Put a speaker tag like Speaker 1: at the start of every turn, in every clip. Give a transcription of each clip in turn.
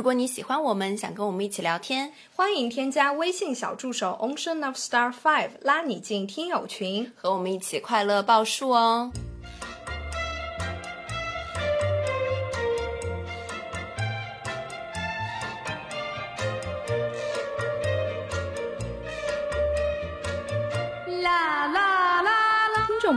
Speaker 1: 如果你喜欢我们，想跟我们一起聊天，
Speaker 2: 欢迎添加微信小助手 Ocean of Star Five，拉你进听友群。
Speaker 1: 和我们一起快乐报数哦。
Speaker 2: 啦啦啦啦！听众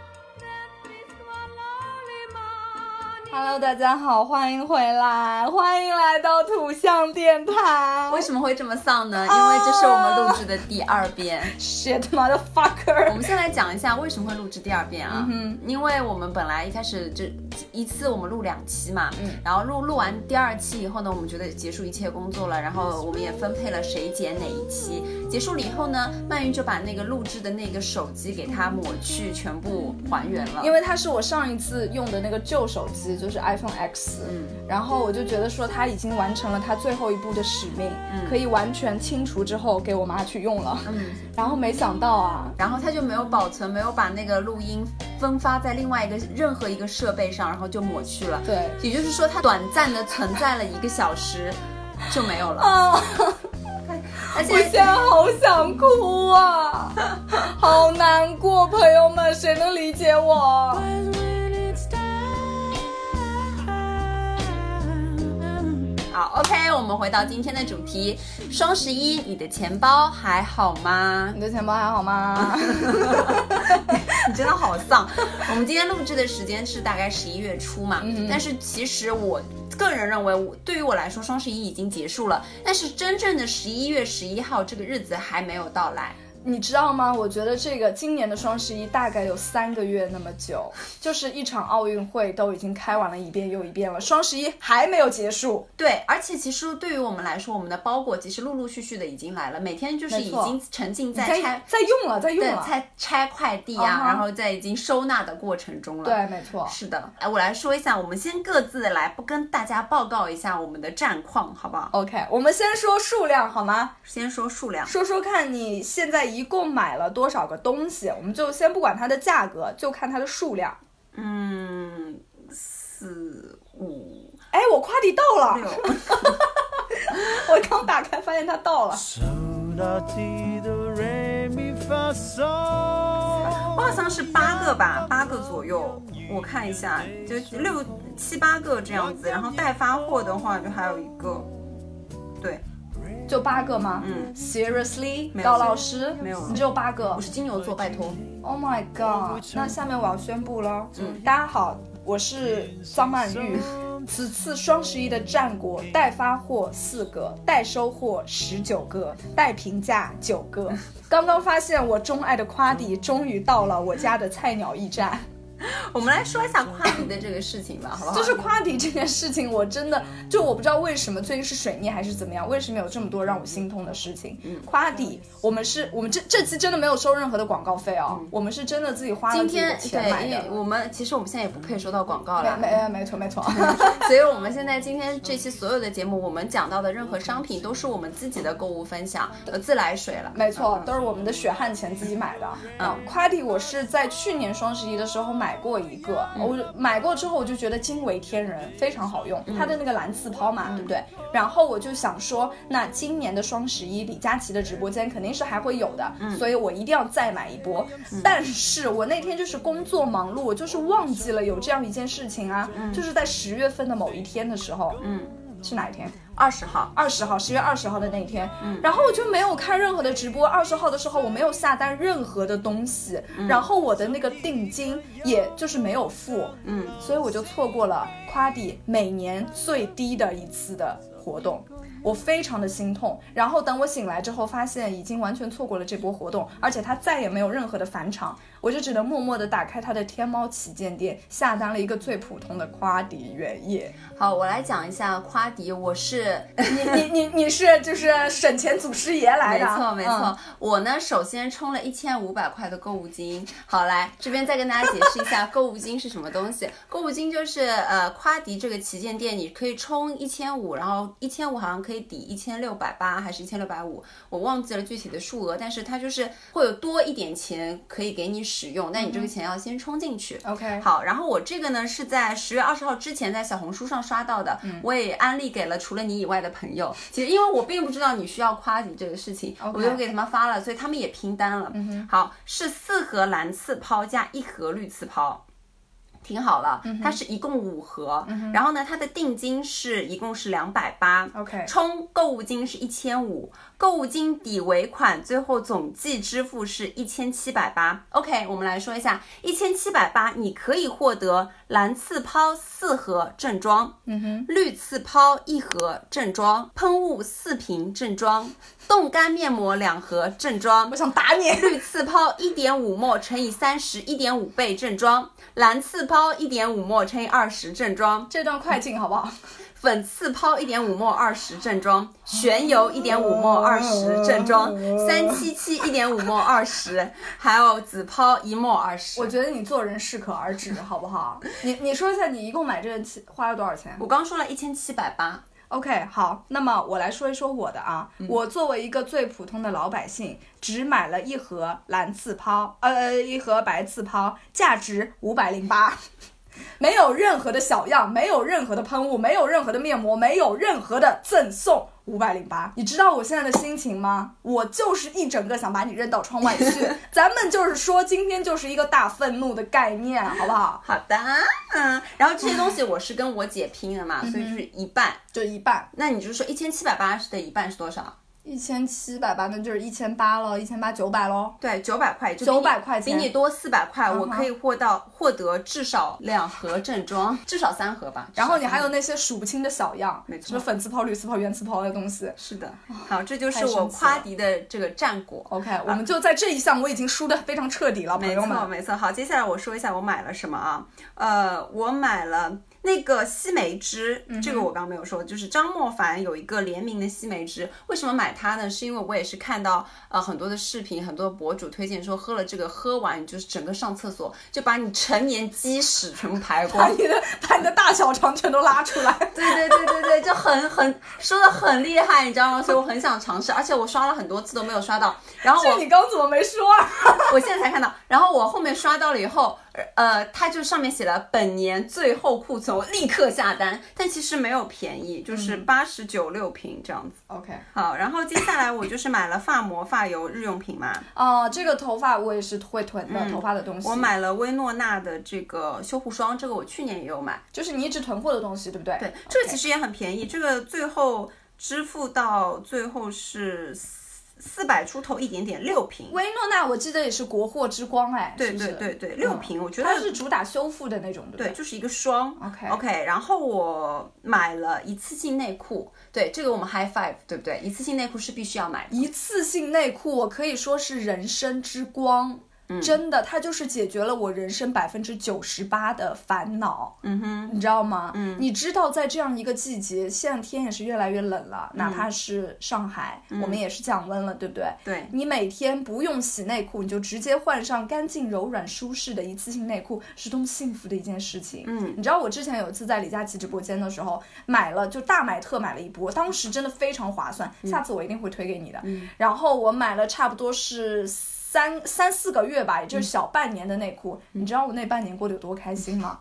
Speaker 2: Hello，大家好，欢迎回来，欢迎来到土象电台。
Speaker 3: 为什么会这么丧呢？因为这是我们录制的第二遍。
Speaker 2: shit motherfucker！
Speaker 3: 我们先来讲一下为什么会录制第二遍啊？
Speaker 2: 嗯
Speaker 3: 因为我们本来一开始就一次我们录两期嘛，
Speaker 2: 嗯
Speaker 3: 然后录录完第二期以后呢，我们觉得结束一切工作了，然后我们也分配了谁剪哪一期。结束了以后呢，曼玉就把那个录制的那个手机给它抹去，全部还原了。
Speaker 2: 因为它是我上一次用的那个旧手机，就是 iPhone X，、
Speaker 3: 嗯
Speaker 2: 然后我就觉得说它已经完成了它最后一步的使命，
Speaker 3: 嗯
Speaker 2: 可以完全清除之后给我妈去用了。
Speaker 3: 嗯，
Speaker 2: 然后没想到啊，
Speaker 3: 然后他就没有保存，没有把那个录音分发在另外一个任何一个设备上，然后就抹去了。
Speaker 2: 对，
Speaker 3: 也就是说，它短暂的存在了一个小时，就没有了。
Speaker 2: 啊，
Speaker 3: 而
Speaker 2: 我现
Speaker 3: 且
Speaker 2: 在好想哭啊，好难过，朋友们，谁能理解我？
Speaker 3: 好，OK，我们回到今天的主题：双十一，你的钱包还好吗
Speaker 2: 你？的钱包还好吗？
Speaker 3: 你 真的好丧。我们今天录制的时间是大概十一月初嘛，
Speaker 2: 嗯
Speaker 3: 但是其实我个人认为我，对于我来说，双十一已经结束了，但是真正的十一月十一号这个日子还没有到来。
Speaker 2: 你知道吗？我觉得这个今年的双十一大概有三个月那么久，就是一场奥运会都已经开完了一遍又一遍了，双十一还没有结束。
Speaker 3: 对，而且其实对于我们来说，我们的包裹其实陆陆续续的已经来了，每天就是
Speaker 2: 没
Speaker 3: 已
Speaker 2: 错
Speaker 3: 经沉浸在
Speaker 2: 在
Speaker 3: 拆
Speaker 2: 在用了，在用
Speaker 3: 对
Speaker 2: 了，
Speaker 3: 拆拆快递
Speaker 2: 啊
Speaker 3: 啊，
Speaker 2: 哈
Speaker 3: 然后在已经收纳的过程中了。
Speaker 2: 对，没错。
Speaker 3: 是的，哎，我来说一下，我们先各自来不跟大家报告一下我们的战况，好不好？
Speaker 2: OK，我们先说数量好吗？
Speaker 3: 先说数量，
Speaker 2: 说说看你现在一共买了多少个东西，我们就先不管它的价格，就看它的数量。
Speaker 3: 嗯，四五
Speaker 2: 哎，我快递到
Speaker 3: 六
Speaker 2: 了，，我刚打开发现它到了。
Speaker 4: Do not see the re mi fa sol.
Speaker 3: 我好像是八个吧，八个左右，我看一下，就六七八个这样子，然后待发货的话就还有一个，对，
Speaker 2: 就八个吗？
Speaker 3: 嗯
Speaker 2: ，Seriously，
Speaker 3: 没有
Speaker 2: 高老师，
Speaker 3: 没有了
Speaker 2: 你只有八个
Speaker 3: 我。是金牛座，拜托。
Speaker 2: Oh my god！那下面我要宣布了，
Speaker 3: 嗯
Speaker 2: 大家好，我是张曼玉。此次双十一的战果，代发货四个，代收货十九个，代评价九个。刚刚发现我钟爱的夸迪终于到了我家的菜鸟驿站。
Speaker 3: 啊我们来说一下夸你的这个事情吧，好不好？
Speaker 2: 就是夸迪这件事情，我真的就我不知道为什么最近是水逆还是怎么样，为什么有这么多让我心痛的事情？
Speaker 3: 嗯
Speaker 2: 夸迪，我们是我们这这期真的没有收任何的广告费哦，我们是真的自己花了
Speaker 3: 嗯今
Speaker 2: 自己的
Speaker 3: 天
Speaker 2: 钱买
Speaker 3: 对，因
Speaker 2: 的
Speaker 3: 为。我们其实我们现在也不配收到广告
Speaker 2: 没
Speaker 3: 了，
Speaker 2: 没没错没错，
Speaker 3: 所以我们现在今天这期所有的节目，我们讲到的任何商品都是我们自己的购物分享，呃，自来水了。
Speaker 2: 没错，都是我们的血汗钱自己买的。嗯，夸迪我是在去年双十一的时候买过一个，我就买过之后我就觉得惊为天人，非常好用，它的那个蓝刺抛嘛，对不对？然后我就想说，那今年的双十一，李佳琦的直播间肯定是还会有的，所以我一定要再买一波。但是我那天就是工作忙碌，我就是忘记了有这样一件事情啊，就是在十月份的某一天的时候，嗯，是哪一天？
Speaker 3: 二十号，
Speaker 2: 二十号，十月二十号的那一天，然后我就没有看任何的直播。二十号的时候，我没有下单任何的东西，然后我的那个定金也就是没有付，
Speaker 3: 嗯，
Speaker 2: 所以我就错过了夸迪每年最低的一次的活动。我非常的心痛，然后等我醒来之后，发现已经完全错过了这波活动，而且它再也没有任何的返场，我就只能默默的打开它的天猫旗舰店，下单了一个最普通的夸迪原液。
Speaker 3: 好，我来讲一下夸迪，我是是
Speaker 2: 你你你你是就是省钱祖师爷来的，
Speaker 3: 没错没错，
Speaker 2: 嗯
Speaker 3: 我呢首先充了一千五百块的购物金。好，来这边再跟大家解释一下购物金是什么东西。购物金就是呃夸迪这个旗舰店，你可以充一千五，然后一千五好像可以抵一千六百八还是一千六百五，我忘记了具体的数额，但是它就是会有多一点钱可以给你使用，但你这
Speaker 2: 嗯
Speaker 3: 个钱要先充进去。
Speaker 2: OK
Speaker 3: 好，然后我这个呢是在十月二十号之前在小红书上刷到的，我也安利给了除了你以外的朋友。其实因为我并不知道你需要夸你这个事情
Speaker 2: OK
Speaker 3: 我就给他们发了，所以他们也拼单了。好，是四盒蓝刺抛加一盒绿刺抛。挺好了，它是一共五盒，然后呢，它的定金是一共是两百八
Speaker 2: OK
Speaker 3: 充购物金是一千五，购物金抵尾款，最后总计支付是一千七百八。OK，我们来说一下，一千七百八你可以获得蓝刺抛四盒正装，嗯哼，绿刺抛一盒正装，喷雾四瓶正装，冻干面膜两盒正装
Speaker 2: 我。想打你。
Speaker 3: 绿刺抛一点五沫乘以三十一点五倍正装，蓝刺抛一点五沫乘以二十正装，
Speaker 2: 这段快进好不好？
Speaker 3: 粉刺抛一点五沫二十正装，旋油一点五沫二十正装，三七七一点五沫二十，还有紫抛一沫二十。
Speaker 2: 我觉得你做人适可而止，好不 好？你你说一下，你一共买这个器花了多少钱
Speaker 3: 我刚说了一千七百八，
Speaker 2: ？OK，好，那么我来说一说我的啊。我作为一个最普通的老百姓，只买了一盒蓝刺抛，呃，一盒白刺抛，价值五百零八，没有任何的小样，没有任何的喷雾，没有任何的面膜，没有任何的赠送。五百零八，你知道我现在的心情吗？我就是一整个想把你扔到窗外去。咱们就是说，今天就是一个大愤怒的概念，好不好？
Speaker 3: 好的，嗯，然后这些东西我是跟我姐拼的嘛，所以就是一半。
Speaker 2: 就一半，
Speaker 3: 那你就说一千七百八十的一半是多少？
Speaker 2: 一千七百八，那就是一千八喽，一千八九百喽。
Speaker 3: 对，九百块，就比你
Speaker 2: 900块钱
Speaker 3: 比你多四百块，我
Speaker 2: 嗯哼
Speaker 3: 可以获到获得至少两盒正装，至少三盒吧。
Speaker 2: 然后你
Speaker 3: 至少三
Speaker 2: 还
Speaker 3: 盒
Speaker 2: 有那些数不清的小样，
Speaker 3: 没错
Speaker 2: 什么粉刺泡、绿刺泡、圆刺泡的东西。
Speaker 3: 是的，好，这就是
Speaker 2: 太神
Speaker 3: 我
Speaker 2: 奇
Speaker 3: 夸
Speaker 2: 了
Speaker 3: 迪的这个战果。
Speaker 2: OK，、我们就在这一项我已经输得非常彻底了，朋
Speaker 3: 啊没
Speaker 2: 友
Speaker 3: 错，
Speaker 2: 们。
Speaker 3: 没错。好，接下来我说一下我买了什么啊？呃，我买了那个西梅汁，
Speaker 2: 嗯
Speaker 3: 这个我刚没有说，就是张莫凡有一个联名的西梅汁。为什么买它呢？是因为我也是看到呃很多的视频，很多博主推荐说喝了这个，喝完你就是整个上厕所就把你成年鸡屎全部排
Speaker 2: 把
Speaker 3: 光。
Speaker 2: 你的把你的大小肠全都拉出来，
Speaker 3: 对对对对对，就很很说的很厉害，你知道吗？所以我很想尝试，而且我刷了很多次都没有刷到。然后我
Speaker 2: 这你刚怎么没说啊？
Speaker 3: 我现在才看到，然后我后面刷到了以后，呃，它就上面写了本年最后库存，我立刻下单，但其实没有便宜，就是八十九六瓶这样子。
Speaker 2: OK，
Speaker 3: 好，然后接下来我就是买了发膜、发油、日用品嘛，
Speaker 2: 哦、这个头发我也是会囤的，头发的东西。
Speaker 3: 嗯我买了薇诺娜的这个修护霜，这个我去年也有买，
Speaker 2: 就是你一直囤货的东西，对不对？
Speaker 3: 对，这个其实也很便宜，这个最后支付到最后是四百出头一点点，六瓶。
Speaker 2: 薇诺娜我记得也是国货之光，哎，
Speaker 3: 对
Speaker 2: 是不是
Speaker 3: 对对对，六瓶，我觉得
Speaker 2: 它是主打修复的那种，对不
Speaker 3: 对，就是一个霜。
Speaker 2: OK
Speaker 3: OK，然后我买了一次性内裤，对，这个我们 high five，对不对？一次性内裤是必须要买的。
Speaker 2: 一次性内裤，我可以说是人生之光。真的，它就是解决了我人生百分之九十八的烦恼，嗯哼，你知道吗？嗯，你知道在这样一个季节，现在天也是越来越冷了，哪怕是上海，我们也是降温了，对不对？
Speaker 3: 对
Speaker 2: 你每天不用洗内裤，你就直接换上干净、柔软、舒适的一次性内裤，是多么幸福的一件事情。嗯，你知道我之前有一次在李佳琦直播间的时候买了，就大买特买了一波，当时真的非常划算，下次我一定会推给你的。然后我买了差不多是。三三四个月吧，也就是小半年的内裤，你知道我那半年过得有多开心吗？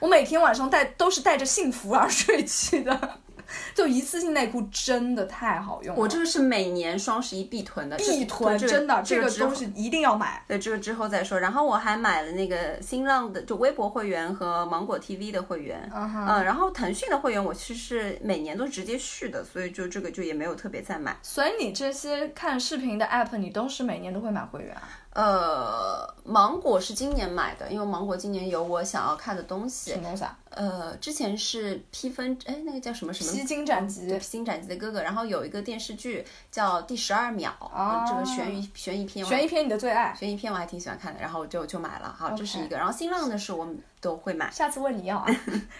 Speaker 2: 我每天晚上带都是带着幸福而睡去的， 就一次性内裤真的太好用了。
Speaker 3: 我这个是每年双十一必囤的，这
Speaker 2: 必囤，
Speaker 3: 对
Speaker 2: 真的
Speaker 3: 这
Speaker 2: 这个
Speaker 3: 之后
Speaker 2: 东西一定要买。
Speaker 3: 对，这个之后再说。然后我还买了那个新浪的，就微博会员和芒果 TV 的会员。
Speaker 2: 啊
Speaker 3: 嗯、然后腾讯的会员我其实是每年都直接续的，所以就这个就也没有特别再买。
Speaker 2: 所以你这些看视频的 app，你都是每年都会买会员啊？
Speaker 3: 呃，芒果是今年买的，因为芒果今年有我想要看的东西
Speaker 2: 什。么东西啊？
Speaker 3: 呃，之前是披风，哎，那个叫什么什么
Speaker 2: 披荆斩棘
Speaker 3: 对，新展吉的哥哥，然后有一个电视剧叫《第十二秒》，
Speaker 2: 哦
Speaker 3: 这个悬疑悬疑片，
Speaker 2: 悬疑。片你的最爱。
Speaker 3: 悬疑片我还挺喜欢看的，然后就就买了，好，这是一
Speaker 2: OK
Speaker 3: 个。然后新浪的是我都会买。
Speaker 2: 下次问你 要啊，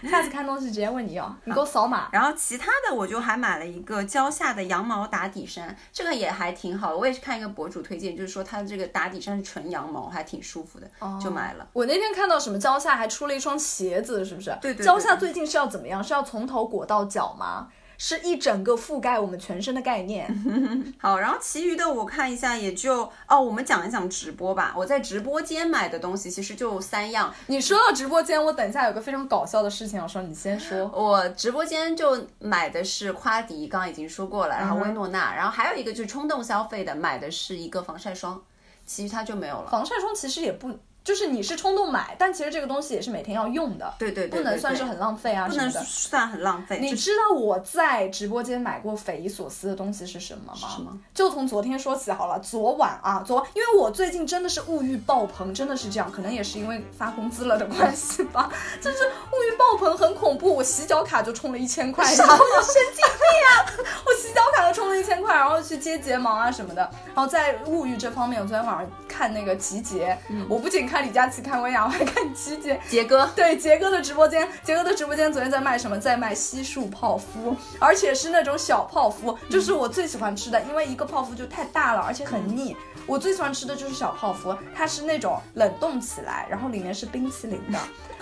Speaker 2: 下次看东西直接问你要，你给我扫码。
Speaker 3: 然后其他的我就还买了一个蕉下的羊毛打底衫，这个也还挺好的。我也是看一个博主推荐，就是说它这个打底衫是纯羊毛，还挺舒服的，就买了。
Speaker 2: 哦我那天看到什么蕉下还出了一双鞋子，是不是？
Speaker 3: 对对对
Speaker 2: 蕉下最近是要怎么样？是要从头裹到脚吗？是一整个覆盖我们全身的概念。
Speaker 3: 好，然后其余的我看一下，也就哦，我们讲一讲直播吧。我在直播间买的东西其实就三样，
Speaker 2: 你说到直播间，我等一下有个非常搞笑的事情要说，你先说。
Speaker 3: 我直播间就买的是夸迪，刚刚已经说过了，然后薇诺娜，然后还有一个就是冲动消费的，买的是一个防晒霜，其余它就没有了。
Speaker 2: 防晒霜其实也不，就是你是冲动买，但其实这个东西也是每天要用的，
Speaker 3: 对对对对
Speaker 2: 不能算是很浪费啊
Speaker 3: 不
Speaker 2: 什
Speaker 3: 能
Speaker 2: 么的。
Speaker 3: 算很浪费，
Speaker 2: 你
Speaker 3: 就是
Speaker 2: 知道我在直播间买过匪夷所思的东西是什么吗？
Speaker 3: 什么
Speaker 2: 就从昨天说起好了。昨晚啊，昨晚，因为我最近真的是物欲爆棚，真的是这样，可能也是因为发工资了的关系吧，就是物欲爆棚很恐怖。我洗脚卡就充了一千块，然后神经病啊！ 我洗脚卡就充了一千块，然后去接睫毛啊什么的。然后在物欲这方面，我昨天晚上看那个集结，我不仅看李佳琦、看薇娅，我还看嗯集结，
Speaker 3: 杰哥
Speaker 2: 对，杰哥的直播间，杰哥的直播间昨天在卖什么？在卖西树泡芙，而且是那种小泡芙，这是我最喜欢吃的，因为一个泡芙就太大了，而且很腻。我最喜欢吃的就是小泡芙，它是那种冷冻起来，然后里面是冰淇淋的。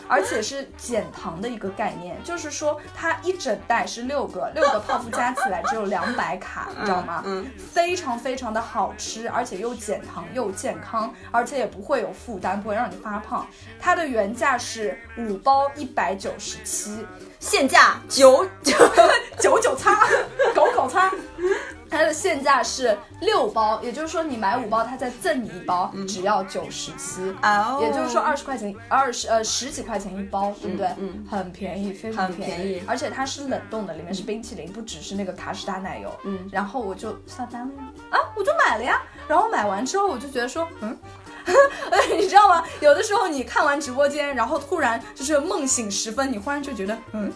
Speaker 2: 而且是减糖的一个概念，就是说它一整袋是六个，六个 泡芙加起来只有两百卡，你知道吗？嗯，非常非常的好吃，而且又减糖又健康，而且也不会有负担，不会让你发胖。它的原价是五包一百九十七，
Speaker 3: 现价九九
Speaker 2: 九九叉， 狗狗叉。它的现价是六包，也就是说你买五包，它再赠你一包，只要九十七。
Speaker 3: 哦
Speaker 2: 也就是说二十块钱，二十呃十几块钱一包，对不对？
Speaker 3: 嗯
Speaker 2: 很便宜，非常
Speaker 3: 很
Speaker 2: 便
Speaker 3: 便宜嗯
Speaker 2: 而且它是冷冻的，里面是冰淇淋，不只是那个卡士达奶油。嗯，然后我就下单了呀，啊，我就买了呀。然后买完之后，我就觉得说，嗯。 你知道吗？有的时候你看完直播间，然后突然就是梦醒时分，你忽然就觉得， 嗯，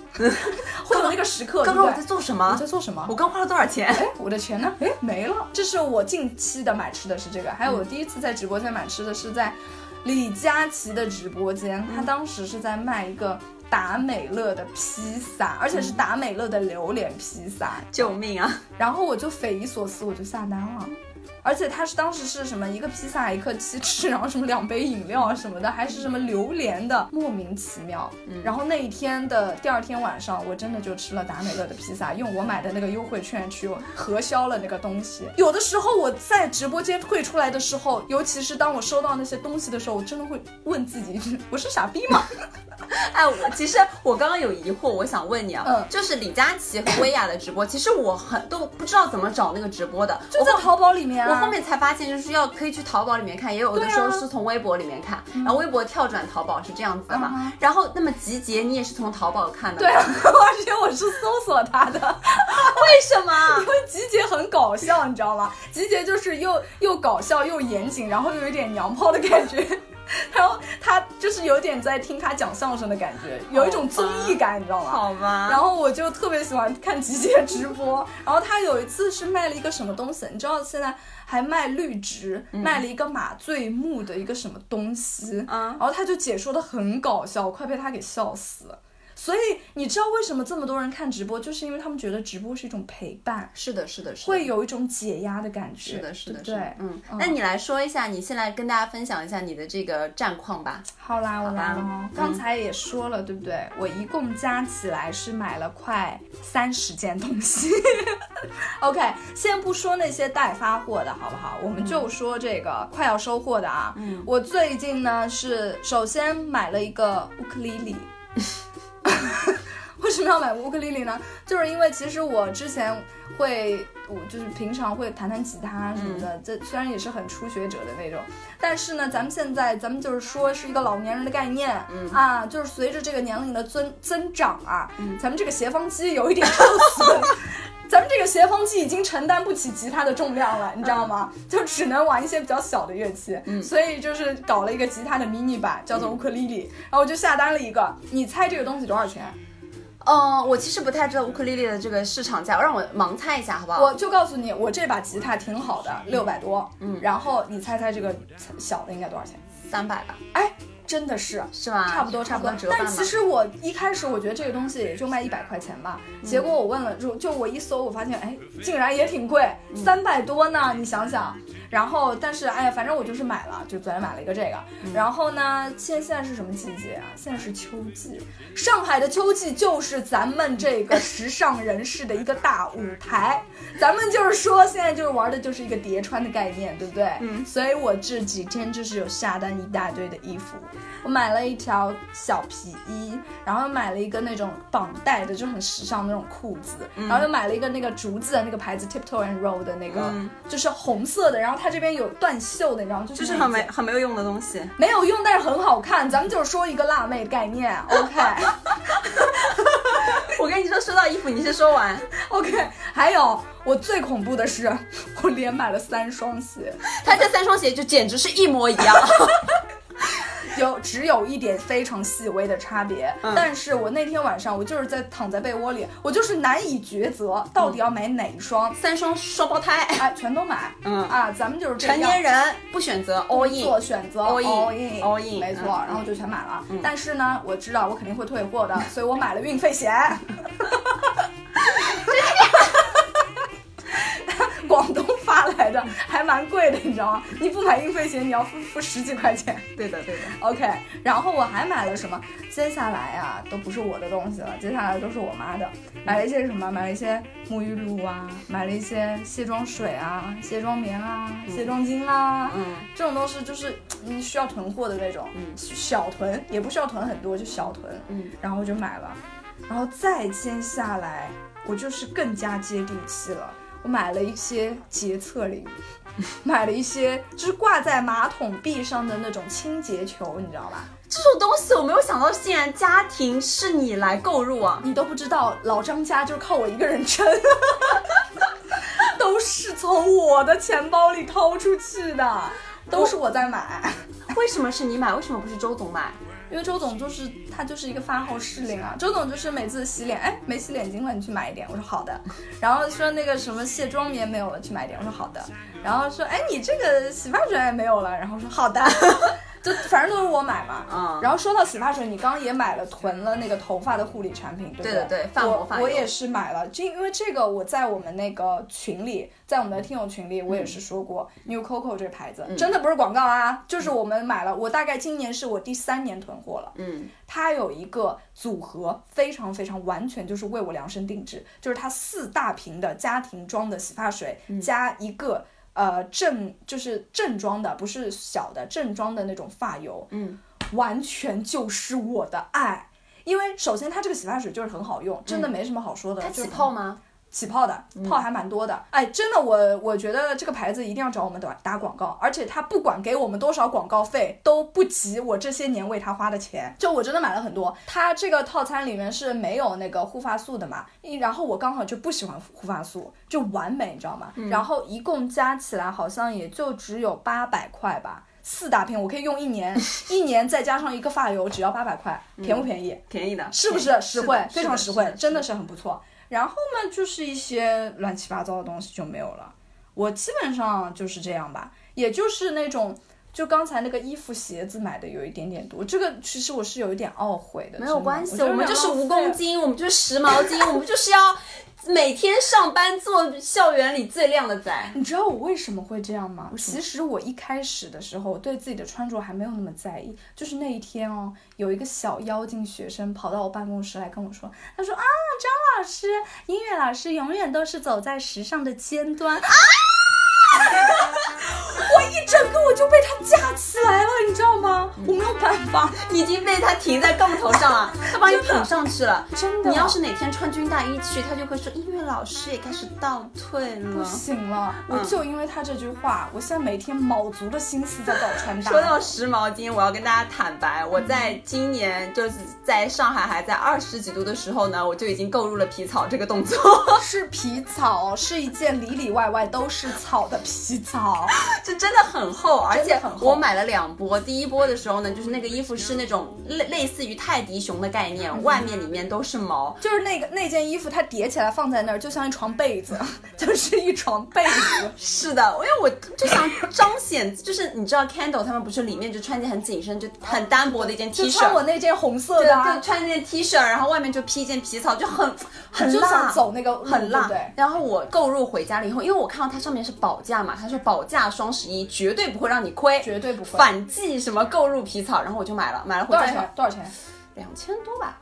Speaker 2: 会有那个时刻。
Speaker 3: 刚刚我
Speaker 2: 对不
Speaker 3: 在
Speaker 2: 对
Speaker 3: 做什么
Speaker 2: 我在？做什么
Speaker 3: 我？刚花了多少 钱？
Speaker 2: 哎，我的钱呢？哎，没了。这是我近期的买吃的是这个，还有我第一次在直播间买吃的是在李佳琦的直播间，他当时是在卖一个达美乐的披萨，而且是达美乐的榴莲披萨。
Speaker 3: 救命啊！
Speaker 2: 然后我就匪夷所思，我就下单了。而且它是当时是什么一个披萨一克七吃，然后什么两杯饮料啊什么的，还是什么榴莲的，莫名其妙。
Speaker 3: 嗯
Speaker 2: 然后那一天的第二天晚上，我真的就吃了达美乐的披萨，用我买的那个优惠券去核销了那个东西。有的时候我在直播间退出来的时候，尤其是当我收到那些东西的时候，我真的会问自己 一句：我是傻逼吗？
Speaker 3: 哎，我其实我刚刚有疑惑，我想问你啊，
Speaker 2: 嗯
Speaker 3: 就是李佳琦和薇娅的直播，其实我很都不知道怎么找那个直播的，
Speaker 2: 就
Speaker 3: 我
Speaker 2: 在
Speaker 3: 后。
Speaker 2: 淘宝里面啊。
Speaker 3: 我后面才发现，就是要可以去淘宝里面看，也有的时候
Speaker 2: 对啊
Speaker 3: 是从微博里面看，然后微博跳转淘宝是这样子的
Speaker 2: 嗯
Speaker 3: 嘛。然后那么集结你也是从淘宝看的，
Speaker 2: 对，，啊 而且我是搜索它的。
Speaker 3: 为什么
Speaker 2: 因？为集结很搞笑，你知道吗？集结就是又又搞笑又严谨，然后又有点娘炮的感觉。 然后他就是有点在听他讲相声的感觉，有一种综艺感，你知道吗？
Speaker 3: 好吧，
Speaker 2: 然后我就特别喜欢看集结直播，然后他有一次是卖了一个什么东西，你知道现在还卖绿植，卖了一个马醉木的一个什么东西，
Speaker 3: 嗯
Speaker 2: 然后他就解说的很搞笑，我快被他给笑死。所以你知道为什么这么多人看直播，就是因为他们觉得直播是一种陪伴，
Speaker 3: 是的，是的，是的
Speaker 2: 会。有一种解压的感觉，
Speaker 3: 是的，是的，
Speaker 2: 对
Speaker 3: 是
Speaker 2: 不
Speaker 3: 的
Speaker 2: 对，，
Speaker 3: 嗯，那你来说一下，你先来跟大家分享一下你的这个战况吧。
Speaker 2: 好啦，我来
Speaker 3: 好
Speaker 2: 喽
Speaker 3: 吧。
Speaker 2: 刚才也说了，对不对？我一共加起来是买了快三十件东西。OK，先不说那些待发货的好不好？我们就说这个快要收货的啊。嗯，我最近呢是首先买了一个乌克丽 丽。为什么要买乌克丽丽呢？就是因为其实我之前会，我就是平常会弹弹吉他什么的，这虽然也是很初学者的那种，但是呢，咱们现在咱们就是说是一个老年人的概念，啊，就是随着这个年龄的增增长啊，咱们这个斜方肌有一点受损。咱们这个斜方肌已经承担不起吉他的重量了，你知道吗？就只能玩一些比较小的乐器，所以就是搞了一个吉他的迷你版，叫做乌克丽丽。然后我就下单了一个，你猜这个东西多少钱？
Speaker 3: 哦，我其实不太知道乌克丽丽的这个市场价，让我盲猜一下好不好？
Speaker 2: 我就告诉你，我这把吉他挺好的，六百多。嗯，然后你猜猜这个小的应该多少钱？
Speaker 3: 三百吧，
Speaker 2: 哎，真的是
Speaker 3: 是吧
Speaker 2: 差不多差不多
Speaker 3: 差不。多折半
Speaker 2: 但
Speaker 3: 吧嗯
Speaker 2: 其实我一开始我觉得这个东西也就卖一百块钱吧，结果我问了就就我一搜，我发现哎，竟然也挺贵，三百多呢，你想想。然后，但是哎呀，反正我就是买了，就昨天买了一个这个。然后呢，现现在是什么季节啊？现在是秋季，上海的秋季就是咱们这个时尚人士的一个大舞台。咱们就是说，现在就是玩的就是一个叠穿的概念，对不对？嗯。所以我这几天就是有下单一大堆的衣服，我买了一条小皮衣，然后又买了一个那种绑带的，就很时尚的那种裤子，
Speaker 5: 嗯
Speaker 2: 然后又买了一个那个竹子的那个牌子 Tiptoe and Roll 的那个，
Speaker 5: 嗯
Speaker 2: 就是红色的，然后它这边有断袖的，你知道吗？就
Speaker 5: 就是是
Speaker 2: 那
Speaker 5: 很
Speaker 2: 一
Speaker 5: 没
Speaker 2: 件
Speaker 5: 很没有用的东西。
Speaker 2: 没有用，但是很好看。咱们就是说一个辣妹概念，OK
Speaker 3: 我跟你说，说到衣服，你先说完。
Speaker 2: OK。还有我最恐怖的是，我连买了三双鞋。
Speaker 3: 他这三双鞋就简直是一模一样。
Speaker 2: 有只有一点非常细微的差别，但是我那天晚上我就是在躺在被窝里，我就是难以抉择到底要买哪一双，
Speaker 3: 三双双胞 胎，
Speaker 2: 哎，全都买，
Speaker 5: 嗯
Speaker 2: 啊，咱们就是这
Speaker 3: 成
Speaker 2: 样
Speaker 3: 年人不选择 all
Speaker 2: 做
Speaker 3: in，
Speaker 2: 选择
Speaker 3: all
Speaker 2: in
Speaker 3: in all in，
Speaker 2: 没错，
Speaker 3: 嗯
Speaker 2: 然后就全买了，但是呢，我知道我肯定会退货的，所以我买了运费险。 广东发来的还蛮贵的，你知道吗？你不买运费险，你要付付十几块钱。
Speaker 5: 对的，对的。
Speaker 2: OK，然后我还买了什么？接下来啊，都不是我的东西了，接下来都是我妈的。买了一些什么？买了一些沐浴露啊，买了一些卸妆水啊、卸妆棉啊、卸妆巾啊，
Speaker 5: 嗯，
Speaker 2: 这种都是就是你需要囤货的那种，嗯，小囤也不需要囤很多，就小囤，
Speaker 5: 嗯，
Speaker 2: 然后我就买了，然后再接下来我就是更加接地气了，我买了一些洁厕灵。 买了一些就是挂在马桶壁上的那种清洁球，你知道吧？
Speaker 3: 这种东西我没有想到，竟然家庭是你来购入 啊！
Speaker 2: 你都不知道，老张家就是靠我一个人撑， 都是从我的钱包里掏出去的，都是我在买。
Speaker 3: 为什么是你买？为什么不是周总买？
Speaker 2: 因为周总就是他就是一个发号施令啊，周总就是每次洗脸，哎，没洗脸巾了，你去买一点。我说好的。然后说那个什么卸妆棉没有了，去买一点。我说好的。然后说，哎，你这个洗发水也没有了，然后说好的。 就反正都是我买嘛。
Speaker 3: 嗯
Speaker 2: 然后说到洗发水，你刚刚也买了囤了那个头发的护理产品，对不对
Speaker 3: 对的对发膜
Speaker 2: 我
Speaker 3: 发油
Speaker 2: 我也是买了，这因为这个我在我们那个群里，在我们的听友群里，我也是
Speaker 3: 嗯
Speaker 2: 说过、New Coco 这牌子、真的不是广告啊，就是我们买了，我大概今年是我第三年囤货了。
Speaker 3: 嗯，
Speaker 2: 它有一个组合，非常非常完全就是为我量身定制，就是它四大瓶的家庭装的洗发水、
Speaker 3: 嗯
Speaker 2: 加一个。呃，正就是正装的，不是小的正装的那种发油，嗯，完全就是我的爱。因为首先它这个洗发水就是很好用，真的没什么好说
Speaker 3: 嗯
Speaker 2: 的。
Speaker 3: 它
Speaker 2: 就是
Speaker 3: 起
Speaker 2: 很
Speaker 3: 泡吗？
Speaker 2: 起泡的，泡还蛮多的。哎，真的，我我觉得这个牌子一定要找我们打打广告，而且它不管给我们多少广告费，都不及我这些年为它花的钱。就我真的买了很多，它这个套餐里面是没有那个护发素的嘛，然后我刚好就不喜欢护发素，就完美，你知道吗？然后一共加起来好像也就只有八百块吧。四大瓶我可以用一年，一年再加上一个发油，只要八百块，便不便宜？
Speaker 5: 便宜的，
Speaker 2: 是不是
Speaker 5: 便宜
Speaker 2: 实惠
Speaker 5: 是的？
Speaker 2: 非常实惠
Speaker 5: 是，的
Speaker 2: 真的是很不错。然后呢，就是一些乱七八糟的东西就没有了。我基本上就是这样吧，也就是那种，就刚才那个衣服、鞋子买的有一点点多，这个其实我是有一点懊悔的。
Speaker 3: 没
Speaker 2: 真
Speaker 3: 有
Speaker 2: 的
Speaker 3: 关系，
Speaker 2: 觉得
Speaker 3: 我们
Speaker 2: 有
Speaker 3: 就
Speaker 2: 点
Speaker 3: 是
Speaker 2: 浪
Speaker 3: 无
Speaker 2: 费
Speaker 3: 公斤，我们就是时髦精，我们就是要每天上班做校园里最靓的仔。
Speaker 2: 你知道我为什么会这样吗？其实我一开始的时候，我对自己的穿着还没有那么在意。就是那一天哦，有一个小妖精学生跑到我办公室来跟我说，他说啊，张老师，音乐老师永远都是走在时尚的尖端 啊！我一整个我就被他架起来了，你知道吗？我没有办法，
Speaker 3: 你已经被他停在杠头上了，他把你捧上去了。
Speaker 2: 真的
Speaker 3: 你要是哪天穿军大衣去，他就会说音乐老师也开始倒退
Speaker 2: 不
Speaker 3: 了。
Speaker 2: 行了，我
Speaker 3: 嗯
Speaker 2: 就因为他这句话，我现在每天卯足了心思在搞穿搭。
Speaker 3: 说到时髦精，我要跟大家坦白，我在今年就是在上海还在二十几度的时候呢，我就已经购入了皮草这个动作，
Speaker 2: 是皮草，是一件里里外外都是草的皮草。
Speaker 3: 这是真的很厚，而
Speaker 2: 真的
Speaker 3: 且
Speaker 2: 很厚
Speaker 3: 我买了两波。第一波的时候呢，就是那个衣服是那种类类似于泰迪熊的概
Speaker 2: 嗯
Speaker 3: 念，外面里面都是毛。
Speaker 2: 就是那个那件衣服，它叠起来放在那儿，就像一床被子， 就是一床被子。
Speaker 3: 是的，因为我就想彰显，就是你知道 Candle 他们不是里面就穿件很紧身、就很单薄的一件 T
Speaker 2: 就
Speaker 3: 恤，
Speaker 2: 穿我那件红色
Speaker 3: 对，
Speaker 2: 的、啊
Speaker 3: 就，穿件 T 恤，然后外面就披一件皮草，就很很
Speaker 2: 就
Speaker 3: 辣
Speaker 2: 想，走那个路
Speaker 3: 很辣。
Speaker 2: 对不对
Speaker 3: 然后我购入回家了以后，因为我看到它上面是保价嘛，它说保价双十一绝对不会让你亏，
Speaker 2: 绝对不会
Speaker 3: 反季什么购入皮草，然后我就买了，买了回
Speaker 2: 多少
Speaker 3: 家以后
Speaker 2: 钱？多少钱？
Speaker 3: 两千多吧。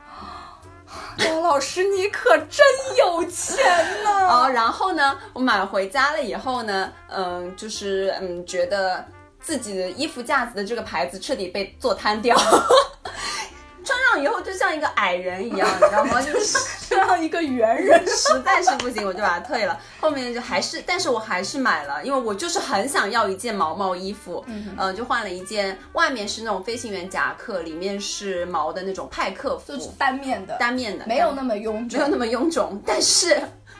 Speaker 2: 高老师，你可真有钱呐、
Speaker 3: 哦，然后呢，我买回家了以后呢，嗯，就是嗯，觉得自己的衣服架子的这个牌子彻底被做瘫掉。 穿上以后就像一个矮人一样，你知道吗？就是
Speaker 2: 这样一个猿人，
Speaker 3: 实在是不行，我就把它退了。后面就还是，但是我还是买了，因为我就是很想要一件毛毛衣服，嗯、呃，就换了一件，外面是那种飞行员夹克，里面是毛的那种派克服，
Speaker 2: 就是单面的，
Speaker 3: 单面的，
Speaker 2: 没有那么臃
Speaker 3: 没有
Speaker 2: 肿。
Speaker 3: 那么臃肿，但是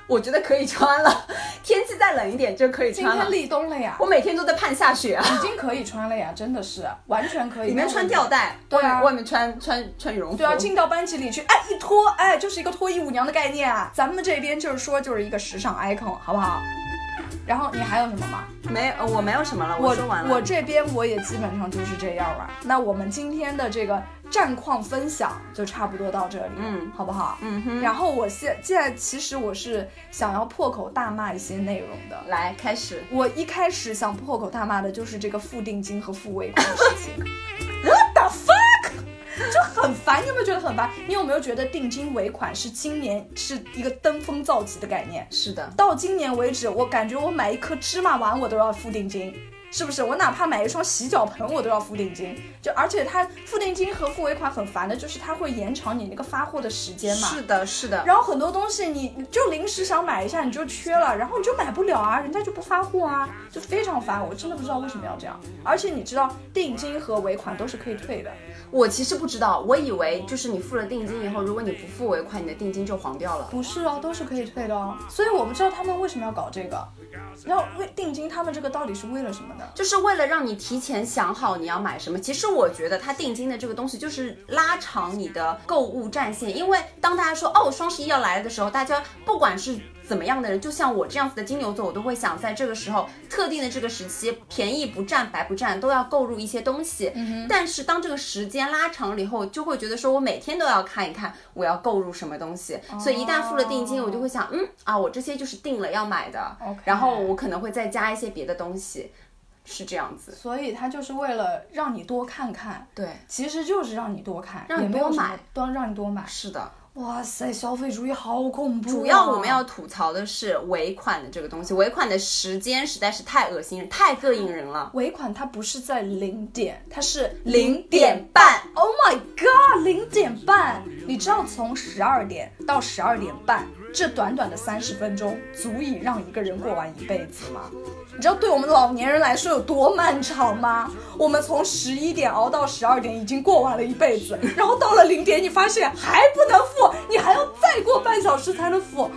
Speaker 3: 我觉得可以穿了。 天气再冷一点就可以
Speaker 2: 今
Speaker 3: 穿了
Speaker 2: 天。立冬了呀
Speaker 3: 我，每天都在盼下雪啊，
Speaker 2: 已经可以穿了呀，真的是完全可以。
Speaker 3: 里面穿吊带，
Speaker 2: 对
Speaker 3: 外
Speaker 2: 啊
Speaker 3: 面外面穿穿穿羽绒服。
Speaker 2: 对啊，进到班级里去，哎，一脱，哎，就是一个脱衣舞娘的概念啊。咱们这边就是说，就是一个时尚 icon，好不好？然后你还有什么吗？
Speaker 3: 没呃我没有什么了，
Speaker 2: 我
Speaker 3: 说完了。
Speaker 2: 我这边我也基本上就是这样了。那我们今天的这个战况分享就差不多到这里，
Speaker 3: 嗯
Speaker 2: 好不好？
Speaker 3: 嗯哼，
Speaker 2: 然后我现现在其实我是想要破口大骂一些内容的。
Speaker 3: 来开始。
Speaker 2: 我一开始想破口大骂的就是这个付定金和付尾款的事情。What the fuck？就很烦，你有没有觉得很烦？你有没有觉得定金尾款是今年是一个登峰造极的概念？
Speaker 3: 是的，
Speaker 2: 到今年为止，我感觉我买一颗芝麻丸我都要付定金，是不是？我哪怕买一双洗脚盆我都要付定金。就而且它付定金和付尾款很烦的，就是它会延长你那个发货的时间嘛。
Speaker 3: 是的，是的。
Speaker 2: 然后很多东西你你就临时想买一下，你就缺了，然后你就买不了啊，人家就不发货啊，就非常烦。我真的不知道为什么要这样。而且你知道，定金和尾款都是可以退的，
Speaker 3: 我其实不知道，我以为就是你付了定金以后，如果你不付尾款，你的定金就黄掉了。
Speaker 2: 不是哦，都是可以退的哦。所以我不知道他们为什么要搞这个，然后为定金他们这个到底是为了什么呢？
Speaker 3: 就是为了让你提前想好你要买什么。其实我觉得它定金的这个东西就是拉长你的购物战线，因为当大家说哦双十一要来了的时候，大家不管是怎么样的人，就像我这样子的金牛座，我都会想在这个时候特定的这个时期，便宜不占白不占，都要购入一些东西。但是当这个时间拉长了以后，就会觉得说我每天都要看一看我要购入什么东西，所以一旦付了定金，我就会想，嗯啊，我这些就是定了要买的
Speaker 2: OK
Speaker 3: 然后我可能会再加一些别的东西。是这样子，
Speaker 2: 所以他就是为了让你多看看。
Speaker 3: 对，
Speaker 2: 其实就是让你多看，
Speaker 3: 让你
Speaker 2: 也没有
Speaker 3: 多
Speaker 2: 什么
Speaker 3: 买，
Speaker 2: 多让你多买。
Speaker 3: 是的。
Speaker 2: 哇塞，消费主义好恐怖、啊
Speaker 3: 主要我们要吐槽的是尾款的这个东西，尾款的时间实在是太恶心人，太膈应人了。
Speaker 2: 尾款它不是在零点，它是
Speaker 3: 零点半，
Speaker 2: Oh my god，零点半！你知道从十二点到十二点半，这短短的三十分钟，足以让一个人过完一辈子吗？你知道对我们老年人来说有多漫长吗？我们从十一点熬到十二点，已经过完了一辈子，然后到了零点，你发现还不能付，你还要再过半小时才能付。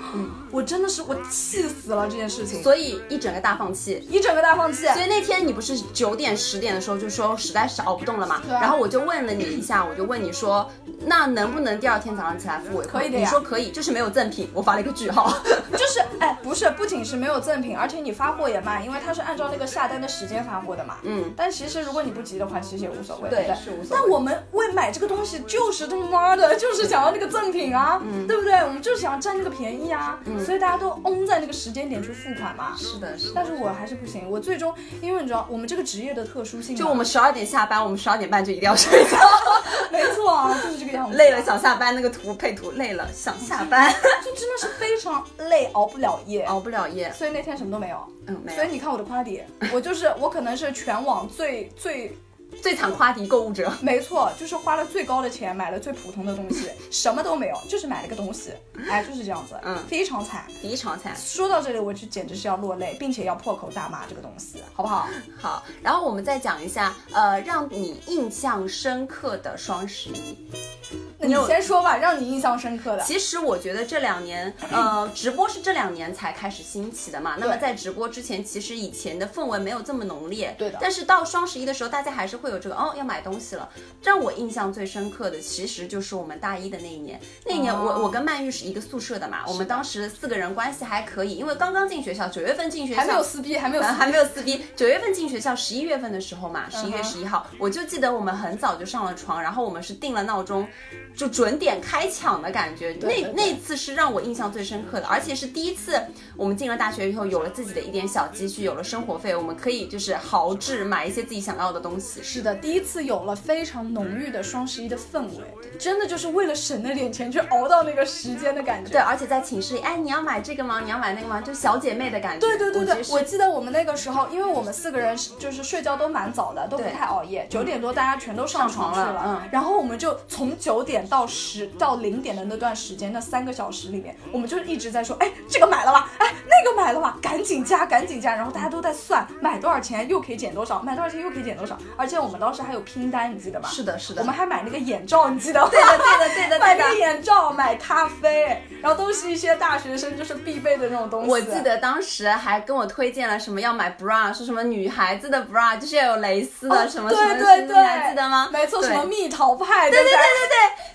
Speaker 2: 我真的是我气死了这件事情，
Speaker 3: 所以一整个大放弃。
Speaker 2: 一整个大放弃。
Speaker 3: 所以那天你不是九点十点的时候就说实在是熬不动了嘛，
Speaker 2: 啊
Speaker 3: 然后我就问了你一下，我就问你说，那能不能第二天早上起来付尾款？
Speaker 2: 可以的呀
Speaker 3: 你说可以，就是没有赠品，我发了一个句号。
Speaker 2: 就是哎，不是，不仅是没有赠品，而且你发货也慢，因为它是按照那个下单的时间发货的嘛。
Speaker 3: 嗯。
Speaker 2: 但其实如果你不急的话，其实也无所谓，
Speaker 3: 对
Speaker 2: 不对？
Speaker 3: 是无所谓嗯
Speaker 2: 但我们为买这个东西，就是他妈的，就是想要那个赠品啊，对不对？我们就是想要占那个便宜啊，
Speaker 3: 嗯
Speaker 2: 所以大家都嗡在那个时间点去付款嘛。
Speaker 3: 是的，是的。
Speaker 2: 但 是我还是不行，我最终，因为你知道我们这个职业的特殊性啊嘛，
Speaker 3: 就我们十二点下班，我们十二点半就一定要睡觉。
Speaker 2: 没错啊，就是这个样子。
Speaker 3: 累了想下班，那个图配图，累了想下班，
Speaker 2: 就真的是非常累，熬不了夜。
Speaker 3: 熬不了夜。
Speaker 2: 所以那天什么都没有。
Speaker 3: 嗯，没有
Speaker 2: 所以。你看我的夸底，我就是我可能是全网最最
Speaker 3: 最惨夸迪购物者。
Speaker 2: 没错，就是花了最高的钱买了最普通的东 西，什么都没有，就是买了个东西，哎，就是这样子，
Speaker 3: 嗯
Speaker 2: 非常惨。
Speaker 3: 第一场惨。
Speaker 2: 说到这里，我就简直是要落泪，并且要破口大骂这个东西，好不 好？
Speaker 3: 好，然后我们再讲一下，呃，让你印象深刻的双十一。
Speaker 2: 那你
Speaker 3: 有
Speaker 2: 先说吧，让你印象深刻的。
Speaker 3: 其实我觉得这两年，呃，直播是这两年才开始兴起的嘛。那么在直播之前，其实以前的氛围没有这么浓烈。
Speaker 2: 对的
Speaker 3: 但是到双十一的时候，大家还是会有这个哦，要买东西了。让我印象最深刻的，其实就是我们大一的那一年。那一年我、
Speaker 2: 哦
Speaker 3: 我跟曼玉是一个宿舍的嘛，我们当时四个人关系还可以，因为刚刚进学校，九月份进学校，
Speaker 2: 还没有撕逼，还没有撕
Speaker 3: 呃，
Speaker 2: 逼，
Speaker 3: 还没有撕逼。九月份进学校，十一月份的时候嘛，十一
Speaker 2: 嗯
Speaker 3: 月
Speaker 2: 哼
Speaker 3: 十一号，我就记得我们很早就上了床，然后我们是定了闹钟，就准点开抢的感觉。
Speaker 2: 对对
Speaker 3: 那那次是让我印象最深刻的，而且是第一次我们进了大学以后，有了自己的一点小积蓄，有了生活费，我们可以就是豪掷买一些自己想要的东西。
Speaker 2: 是的，第一次有了非常浓郁的双十一的氛围，真的就是为了省那点钱去熬到那个时间的感觉。
Speaker 3: 对，而且在寝室里，哎，你要买这个吗？你要买那个吗？就小姐妹的感觉。
Speaker 2: 对对对
Speaker 3: 我
Speaker 2: 对
Speaker 3: 觉，得
Speaker 2: 我
Speaker 3: 是
Speaker 2: 记得我们那个时候，因为我们四个人是就是睡觉都蛮早的，都不
Speaker 3: 对
Speaker 2: 太熬夜，九点多大家全都上床
Speaker 3: 嗯
Speaker 2: 去
Speaker 3: 上床了嗯
Speaker 2: 然后我们就从九点到十到零点的那段时间，那三个小时里面，我们就一直在说，哎，这个买了吧，哎，那个买了吧，赶紧加，赶紧加，然后大家都在算买多少钱又可以减多少，买多少钱又可以减多少，而且我们当时还有拼单，你记得吧？
Speaker 3: 是的，是的
Speaker 2: 我们。还买那个眼罩，你记得吗？
Speaker 3: 对的，对的，对 的，
Speaker 2: 买
Speaker 3: 对的
Speaker 2: 那。个眼罩，买咖啡，然后都是一些大学生就是必备的那种东西。
Speaker 3: 我记得当时还跟我推荐了什么要买 bra，说什么女孩子的 bra 就是要有蕾丝的、
Speaker 2: 哦
Speaker 3: 什么什么，
Speaker 2: 对对
Speaker 3: 你
Speaker 2: 对，
Speaker 3: 还记得吗？
Speaker 2: 没错，
Speaker 3: 对
Speaker 2: 什么蜜桃派，对对对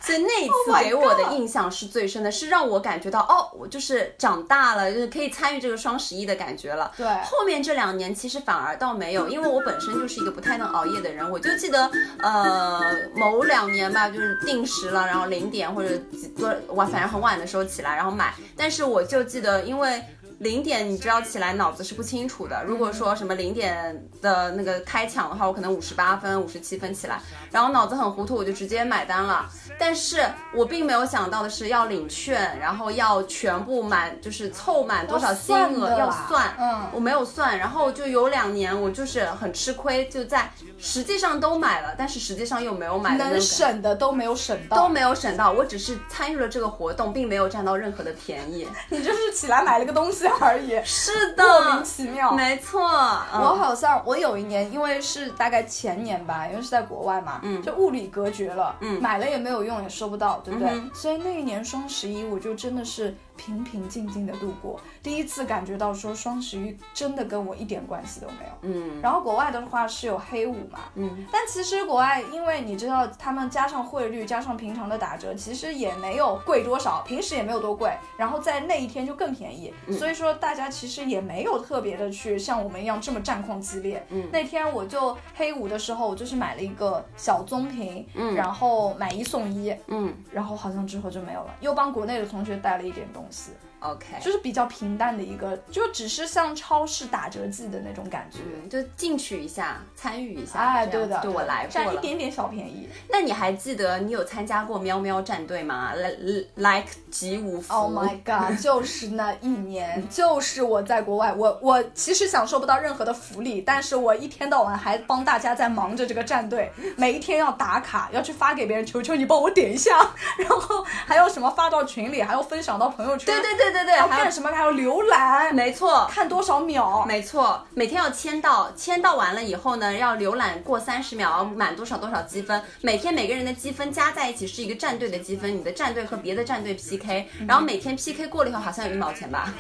Speaker 3: 所以那一次
Speaker 2: ，Oh my
Speaker 3: 给我的印象是最深的，是让我感觉到哦，我就是长大了，就是可以参与这个双十一的感觉了。
Speaker 2: 对
Speaker 3: 后面这两年其实反而倒没有，因为我本身就是一个不太能熬夜的人，我就记得呃某两年吧，就是定时了，然后零点或者几多晚，反正很晚的时候起来然后买，但是我就记得因为。零点你知道起来脑子是不清楚的。如果说什么零点的那个开抢的话，我可能五十八分、五十七分起来，然后脑子很糊涂，我就直接买单了。但是我并没有想到的是要领券，然后要全部满，就是凑满多少金额
Speaker 2: 要算的
Speaker 3: 要
Speaker 2: 啦
Speaker 3: 算。
Speaker 2: 嗯
Speaker 3: 我没有算，然后就有两年我就是很吃亏，就在实际上都买了，但是实际上又没有买的那
Speaker 2: 能
Speaker 3: 种。
Speaker 2: 省的都没有省
Speaker 3: 都
Speaker 2: 到，
Speaker 3: 没有省到，我只是参与了这个活动，并没有占到任何的便宜。
Speaker 2: 你就是起来买了个东西而已，
Speaker 3: 是的，
Speaker 2: 莫名其妙。
Speaker 3: 没错，
Speaker 2: 我
Speaker 3: 嗯、
Speaker 2: 好像我有一年，因为是大概前年吧，因为是在国外嘛，嗯，就物理隔绝了，嗯，买了也没有用，也收不到，对不对？
Speaker 3: 嗯
Speaker 2: 所以那一年双十一，我就真的是平平静静的度过，第一次感觉到说双十一真的跟我一点关系都没有，
Speaker 3: 嗯
Speaker 2: 然后国外的话是有黑五嘛，
Speaker 3: 嗯，
Speaker 2: 但其实国外，因为你知道，他们加上汇率，加上平常的打折，其实也没有贵多少，平时也没有多贵，然后在那一天就更便宜，所以说大家其实也没有特别的去像我们一样这么战况激烈。嗯，那天我就黑五的时候，我就是买了一个小棕瓶，嗯，然后买一送一，
Speaker 3: 嗯
Speaker 2: 然后好像之后就没有了，又帮国内的同学带了一点东西，
Speaker 3: ，OK，
Speaker 2: 就是比较平淡的一个，就只是像超市打折季的那种感觉。
Speaker 3: 嗯，就进去一下，参与一下，
Speaker 2: 哎，
Speaker 3: 这样
Speaker 2: 对的，
Speaker 3: 就我来过
Speaker 2: 占一
Speaker 3: 了。
Speaker 2: 点点小便宜。
Speaker 3: 那你还记得你有参加过喵喵战队吗？Like like 集五福
Speaker 2: Oh my god！就是 那一年，就是我在国外，我我其实享受不到任何的福利，但是我一天到晚还帮大家在忙着这个战队，每一天要打卡，要去发给别人，求求你帮我点一下， 然后还要什么发到群里，还要分享到朋友圈，
Speaker 3: 对对对对对，
Speaker 2: 还要
Speaker 3: 还
Speaker 2: 干
Speaker 3: 有
Speaker 2: 什么，还要浏览，
Speaker 3: 没错。
Speaker 2: 看多少秒，
Speaker 3: 没错，每天要签到，签到完了以后呢，要浏览过三十秒，满多少多少积分。每天每个人的积分加在一起是一个战队的积分，你的战队和别的战队 PK，然后每天 PK 过了以后好像有一毛钱吧？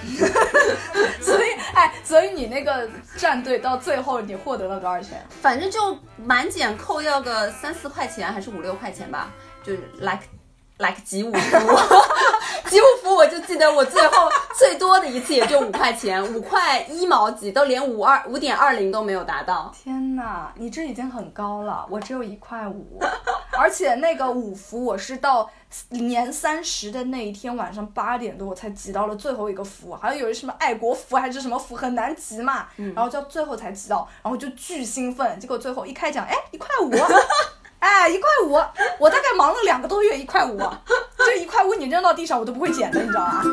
Speaker 2: 所以哎，所以你那个战队到最后你获得了多少钱？
Speaker 3: 反正就满减扣掉个三四块钱还是五六块钱吧，就是 like like 集五福， 集五福我就记得我最后最多的一次也就五块钱，五块一毛几，都连五二五点二零都没有达到。
Speaker 2: 天呐，你这已经很高了，我只有一块五， 而且那个五福我是到年三十的那一天晚上八点多我才集到了最后一个福，好像有一什么爱国福还是什么福很难集嘛，
Speaker 3: 嗯
Speaker 2: 然后到最后才集到，然后就巨兴奋，结果最后一开奖，哎，一块 五。哎，一块五，我大概忙了两个多月，一块五，这一块五你扔到地上我都不会捡的，你知道吧？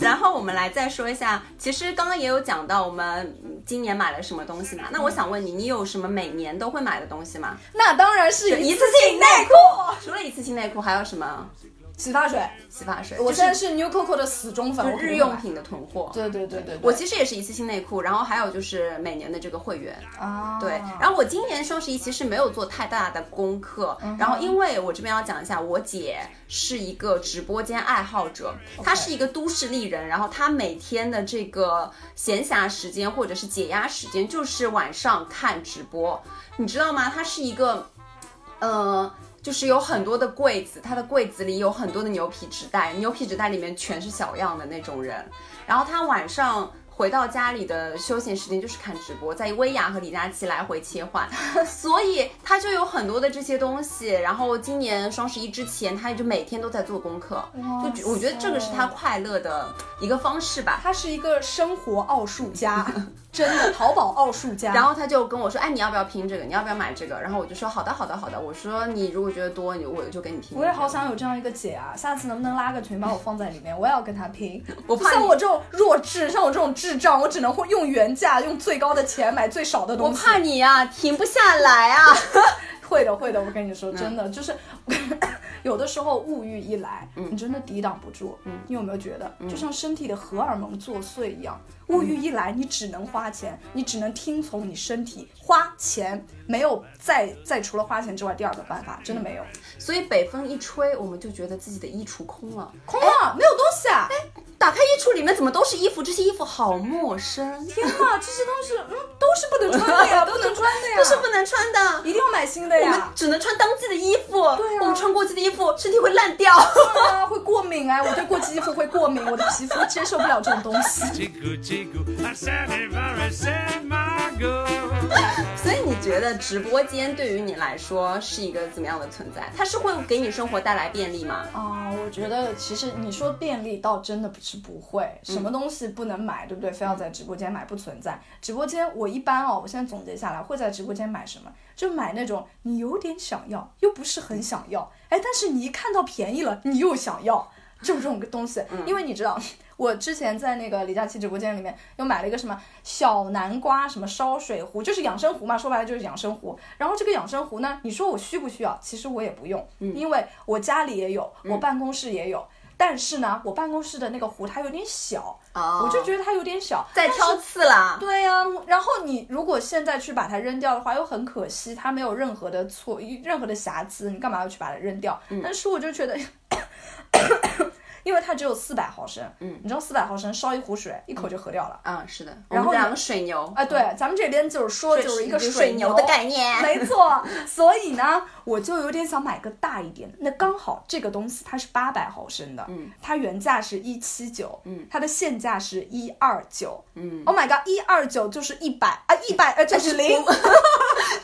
Speaker 3: 然后我们来再说一下，其实刚刚也有讲到我们嗯今年买了什么东西嘛。那我想问你，你有什么每年都会买的东西吗？
Speaker 2: 那当然是
Speaker 3: 一
Speaker 2: 一
Speaker 3: 次
Speaker 2: 次
Speaker 3: 性
Speaker 2: 性
Speaker 3: 内
Speaker 2: 内
Speaker 3: 裤
Speaker 2: 裤、
Speaker 3: 除了一次性内裤，还有什么
Speaker 2: 洗发水。
Speaker 3: 洗发水？
Speaker 2: 我
Speaker 3: 就
Speaker 2: 现在是 New Coco 的死忠粉，我
Speaker 3: 是
Speaker 2: 肯定
Speaker 3: 日用
Speaker 2: 买。
Speaker 3: 品的囤货。
Speaker 2: 对对对对，对
Speaker 3: 我其实也是一次性内裤，然后还有就是每年的这个会员。
Speaker 2: 啊，
Speaker 3: 对，然后我今年双十一其实没有做太大的功课，然后因为我这边要讲一下，我姐是一个直播间爱好者，她是一个都市丽人，然后她每天的这个闲暇时间或者是解压时间就是晚上看直播，你知道吗？她是一个，呃。就是有很多的柜子，她的柜子里有很多的牛皮纸袋，牛皮纸袋里面全是小样的那种人。然后他晚上回到家里的休闲时间就是看直播，在薇娅和李佳琦来回切 换，所以他就有很多的这些东西。然后今年双十一之前，他就每天都在做功课，就觉我觉得这个是他快乐的一个方式吧。
Speaker 2: 他是一个生活奥数 家，真的淘宝奥数 家。
Speaker 3: 然后他就跟我说：“哎，你要不要拼这个？你要不要买这个？”然后我就说：“好的，好的，好的。”我说：“你如果觉得多，你我就给你拼。”
Speaker 2: 我也好，想有这样一个姐啊，下次能不能拉个群把我放在里面？我也要跟她拼。
Speaker 3: 我怕你
Speaker 2: 像我这种弱智，像我这种智障，我只能会用原价，用最高的钱买最少的
Speaker 3: 我
Speaker 2: 东西。
Speaker 3: 怕你呀、停不下来啊。
Speaker 2: 会的，会的，我跟你说，真的就是。 有的时候物欲一来，你真的抵挡不住。你有没有觉得，就像身体的荷尔蒙作祟一样？物欲一来，你只能花钱，你只能听从你身体花钱，没有再再除了花钱之外第二个办法，真的没有。
Speaker 3: 所以北风一吹，我们就觉得自己的衣橱空了。
Speaker 2: 空了，没有东西啊！
Speaker 3: 打开衣橱，里面怎么都是衣服？这些衣服好陌生，
Speaker 2: 天哪，这些东西嗯都是不能穿的 呀，不能穿的呀，
Speaker 3: 这是不能穿的。
Speaker 2: 一定要买新的
Speaker 3: 我们
Speaker 2: 呀。
Speaker 3: 只能穿当季的衣服，
Speaker 2: 对啊
Speaker 3: 我们穿过季的衣服，身体会烂 掉。
Speaker 2: 啊，会过敏哎，我对过期衣服会过敏，我的皮肤接受不了这种东西。
Speaker 4: Chiku, chiku, I said it very sad, my girl.
Speaker 3: 所以你觉得直播间对于你来说是一个怎么样的存在？它是会给你生活带来便利吗？
Speaker 2: 啊、我觉得其实你说便利倒真的不是不会，什么东西不能买，对不对？非要在直播间买不存在。直播间我一般哦，我现在总结下来会在直播间买什么，就买那种你有点想要又不是很想要，哎，但是你一看到便宜了你又想要， 就这种东西。
Speaker 3: 嗯
Speaker 2: 因为你知道， 我之前在那个李佳琦直播间里面又买了一个什么小南瓜什么烧水壶，就是养生壶嘛，说白了就是养生壶。然后这个养生壶呢，你说我需不需要？其实我也不用，
Speaker 3: 嗯
Speaker 2: 因为我家里也有，我办公室也有。但是呢，我办公室的那个壶它有点小，
Speaker 3: 哦
Speaker 2: 我就觉得它有点小，
Speaker 3: 在
Speaker 2: 但是
Speaker 3: 挑刺啦。
Speaker 2: 对呀、然后你如果现在去把它扔掉的话，又很可惜，它没有任何的错，任何的瑕疵，你干嘛要去把它扔掉？但是我就觉得， 因为它只有四百毫升，嗯，你知道四百毫升烧一壶水，一口就喝掉了。
Speaker 3: 嗯，是的，
Speaker 2: 然后
Speaker 3: 我们
Speaker 2: 呢
Speaker 3: 两个水牛
Speaker 2: 啊，对，咱们这边就是说，
Speaker 3: 水
Speaker 2: 就是一个
Speaker 3: 水
Speaker 2: 水
Speaker 3: 哦牛的概念
Speaker 2: 没错。所以呢，我就有点想买个大一点的。那刚好这个东西它是八百毫升的，嗯，它原价是一七九，嗯，它的现价是一二九，嗯，Oh my god，一二九就是一百啊，一百呃
Speaker 3: 哎
Speaker 2: 就是零，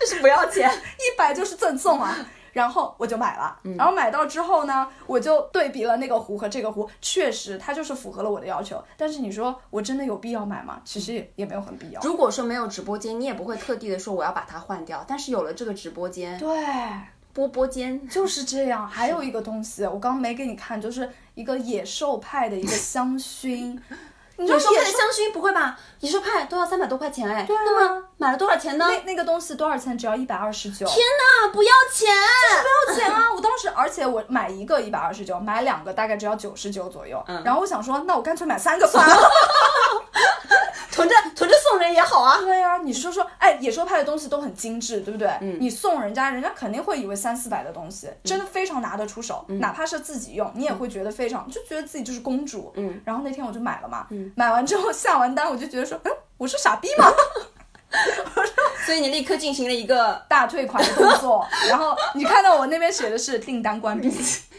Speaker 3: 就是不要 钱。
Speaker 2: 一百就是赠 送啊。然后我就买了，
Speaker 3: 嗯
Speaker 2: 然后买到之后呢，我就对比了那个壶和这个壶，确实它就是符合了我的要求。但是你说我真的有必要买吗？其实也也没有很必要。
Speaker 3: 如果说没有直播间，你也不会特地的说我要把它换掉。但是有了这个直播间，
Speaker 2: 对，
Speaker 3: 播播间，
Speaker 2: 就是这样。还有一个东西，我刚没给你看，就是一个野兽派的一个香 薰。你知道
Speaker 3: 野兽
Speaker 2: 野
Speaker 3: 派的
Speaker 2: 兽
Speaker 3: 香薰不会吧？野兽派都要三百多块钱哎，
Speaker 2: 啊
Speaker 3: 那么买了多少钱呢？
Speaker 2: 那那个东西多少钱？只要一百二十九。
Speaker 3: 天哪，啊不要钱！
Speaker 2: 多少钱啊！我当时，而且我买一个一百二十九，买两个大概只要九十九左右。
Speaker 3: 嗯
Speaker 2: 然后我想说，那我干脆买三个算了。
Speaker 3: 囤着囤着送人也好啊。
Speaker 2: 对呀、你说说，哎，野兽派的东西都很精致，对不对？你送人家，人家肯定会以为三四百的东西真的非常拿得出手，哪怕是自己用，你也会觉得非常，就觉得自己就是公主。嗯，然后那天我就买了嘛，买完之后下完单，我就觉得说，嗯，我是傻逼吗？
Speaker 3: 所以你立刻进行了一个
Speaker 2: 大退款的动作。然后你看到我那边写的是订单关闭，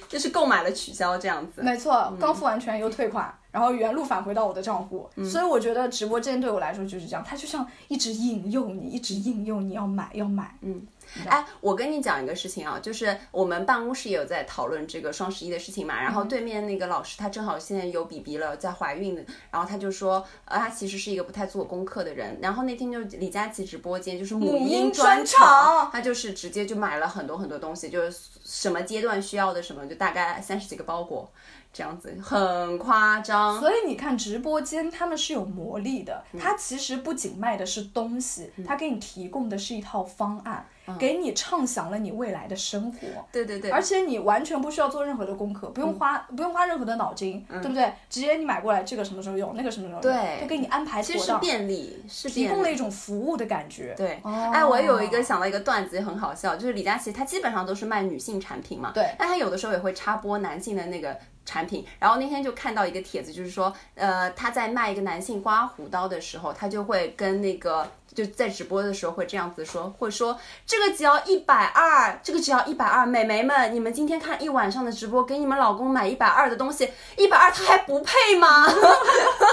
Speaker 3: 就是购买了取消这样子。
Speaker 2: 没错，刚付完全又退款，然后原路返回到我的账户。所以我觉得直播间对我来说就是这样，它就像一直引诱你，一直引诱你要买要买。
Speaker 3: 嗯，哎，我跟你讲一个事情啊，就是我们办公室也有在讨论这个双十一的事情嘛。
Speaker 2: 嗯
Speaker 3: 然后对面那个老师，她正好现在有 BB 了，在怀孕的，然后她就说，呃，她其实是一个不太做功课的人。然后那天就李佳琦直播间就是母
Speaker 2: 母婴
Speaker 3: 婴
Speaker 2: 专
Speaker 3: 专
Speaker 2: 场
Speaker 3: 她就是直接就买了很多很多东西，就是什么阶段需要的什么，就大概三十几个包裹这样子，很夸张。
Speaker 2: 所以你看，直播间他们是有魔力的，
Speaker 3: 嗯
Speaker 2: 它其实不仅卖的是东西，它给你提供的是一套方案，给你畅想了你未来的生活。
Speaker 3: 对嗯对嗯对，
Speaker 2: 而且你完全不需要做任何的功课，不用花、不用花任何的脑筋，对不对？直接你买过来，这个什么时候用，那个什么时候用，
Speaker 3: 嗯对
Speaker 2: 就给你安排
Speaker 3: 其实
Speaker 2: 妥
Speaker 3: 是
Speaker 2: 当，
Speaker 3: 便利，是
Speaker 2: 提
Speaker 3: 便利
Speaker 2: 供了一种服务的感觉。
Speaker 3: 对，
Speaker 2: 哦
Speaker 3: 哎，我有一个想到一个段子也很好笑，就是李佳琦，她基本上都是卖女性产品嘛，
Speaker 2: 对
Speaker 3: 但她有的时候也会插播男性的那个。产品，然后那天就看到一个帖子，就是说，呃，她在卖一个男性刮胡刀的时候，她就会跟那个就在直播的时候会这样子说，会说这个只要一百二，这个只要一百二，美眉们，你们今天看一晚上的直播，给你们老公买一百二的东西，一百二他还不配吗？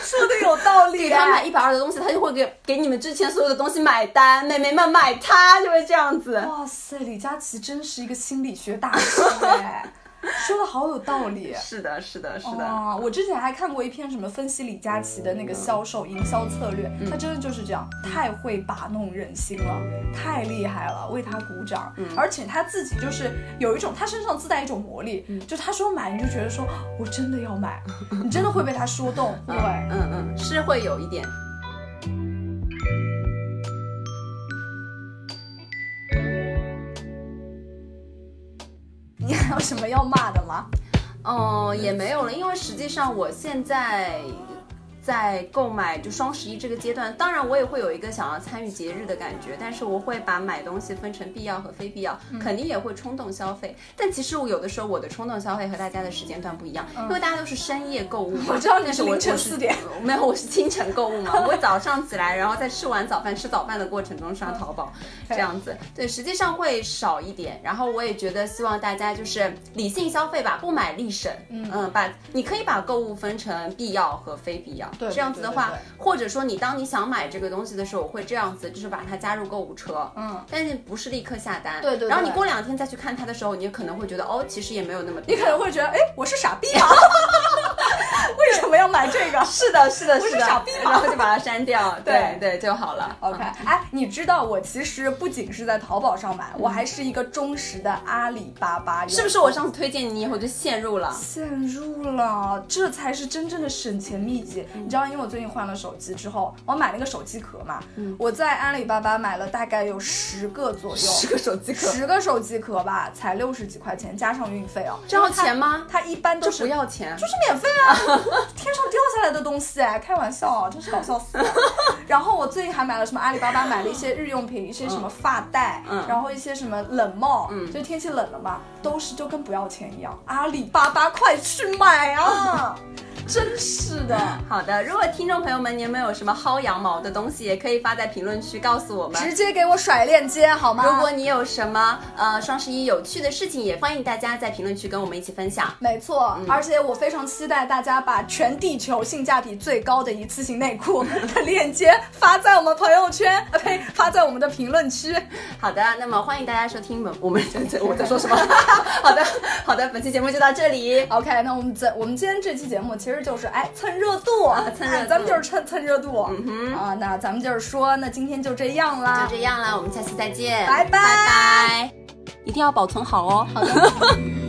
Speaker 2: 说的有道理
Speaker 3: 给
Speaker 2: 哎
Speaker 3: 他买一百二的东西，他就会给给你们之前所有的东西买单，妹妹们买它就会这样子。
Speaker 2: 哇塞，李佳琦真是一个心理学大师哎， 说的好有道理。
Speaker 3: 是的，是的，是的。嗯
Speaker 2: 哦，我之前还看过一篇什么分析李佳琦的那个销售营销策略，他真的就是这样，太会把弄人心了，太厉害了，为他鼓掌。
Speaker 3: 嗯
Speaker 2: 而且他自己就是有一种，他身上自带一种魔力，
Speaker 3: 嗯
Speaker 2: 就他说买你就觉得说我真的要买，你真的会被他说动，对。
Speaker 3: 嗯嗯，是会有一点。
Speaker 2: 你还有什么要骂的吗？
Speaker 3: 哦，也没有了，因为实际上我现在在购买就双十一这个阶段，当然我也会有一个想要参与节日的感觉，但是我会把买东西分成必要和非必要，肯定也会冲动消费。但其实我有的时候我的冲动消费和大家的时间段不一样，因为大家都是深夜购物嘛。
Speaker 2: 我知道你
Speaker 3: 但
Speaker 2: 是
Speaker 3: 是我
Speaker 2: 凌晨
Speaker 3: 嗯我是
Speaker 2: 四点，
Speaker 3: 没有，我是清晨购物嘛，我早上起来，然后在吃完早饭、吃早饭的过程中上淘宝，这样子。对，实际上会少一点。然后我也觉得，希望大家就是理性消费吧，不买立省。嗯把你可以把购物分成必要和非必要。
Speaker 2: 对
Speaker 3: 这样子的话
Speaker 2: 对对，
Speaker 3: 或者说你当你想买这个东西的时候，我会这样子，就是把它加入购物车。
Speaker 2: 嗯，
Speaker 3: 但是不是立刻下单。
Speaker 2: 对对对
Speaker 3: 然后你过两天再去看它的时候，你可能会觉得，哦，其实也没有那么必
Speaker 2: 你
Speaker 3: 要。
Speaker 2: 可能会觉得，哎，我是傻逼吗？ 为什么要买这个？
Speaker 3: 是的，是的，
Speaker 2: 不是
Speaker 3: 的
Speaker 2: 傻逼吧
Speaker 3: 然后就把它删掉，
Speaker 2: 对
Speaker 3: 对对就好了。
Speaker 2: OK，哎，你知道我其实不仅是在淘宝上买，我还是一个忠实的阿里巴巴用户，
Speaker 3: 是不是我上次推荐你以后就陷入了？
Speaker 2: 陷入了？这才是真正的省钱秘籍。
Speaker 3: 嗯
Speaker 2: 你知道，因为我最近换了手机之后，我买了一个手机壳嘛，
Speaker 3: 嗯
Speaker 2: 我在阿里巴巴买了大概有十个左右，
Speaker 3: 十个手机壳，
Speaker 2: 十个手机壳吧，才六十几块钱，加上运费哦。
Speaker 3: 这要钱吗？
Speaker 2: 它一般都
Speaker 3: 这
Speaker 2: 是
Speaker 3: 不要钱
Speaker 2: 就，是免费啊， 天上掉下来的东西，开玩笑啊，真是搞笑 死了。然后我最近还买了什么阿里巴巴买了一些日用品，一些什么发带，
Speaker 3: 嗯
Speaker 2: 然后一些什么冷帽，就天气冷了嘛，都是就跟不要钱一样。阿里巴巴快去 买啊！真是的，
Speaker 3: 好的，如果听众朋友们你们有什么薅羊毛的东西，也可以发在评论区告诉我
Speaker 2: 直
Speaker 3: 们。
Speaker 2: 接给我甩链接好吗？
Speaker 3: 如果你有什么呃双十一有趣的事情，也欢迎大家在评论区跟我们一起分享。
Speaker 2: 没错，
Speaker 3: 嗯
Speaker 2: 而且我非常期待大家把全地球性价比最高的一次性内裤的链接发在我们朋友圈，啊呸，发在我们的评论区。
Speaker 3: 好的，那么欢迎大家收听我们我们我在说 什么？好的，好的，本期节目就到这里。
Speaker 2: OK，那我们这我们今天这期节目其实就是哎蹭热度，啊
Speaker 3: 蹭热度
Speaker 2: 咱们就是蹭蹭热度、啊。那咱们就是说，那今天就这样啦
Speaker 3: 就，这样啦，我们下期再见，
Speaker 2: 拜拜
Speaker 3: 拜拜，一定要保存好哦。好的。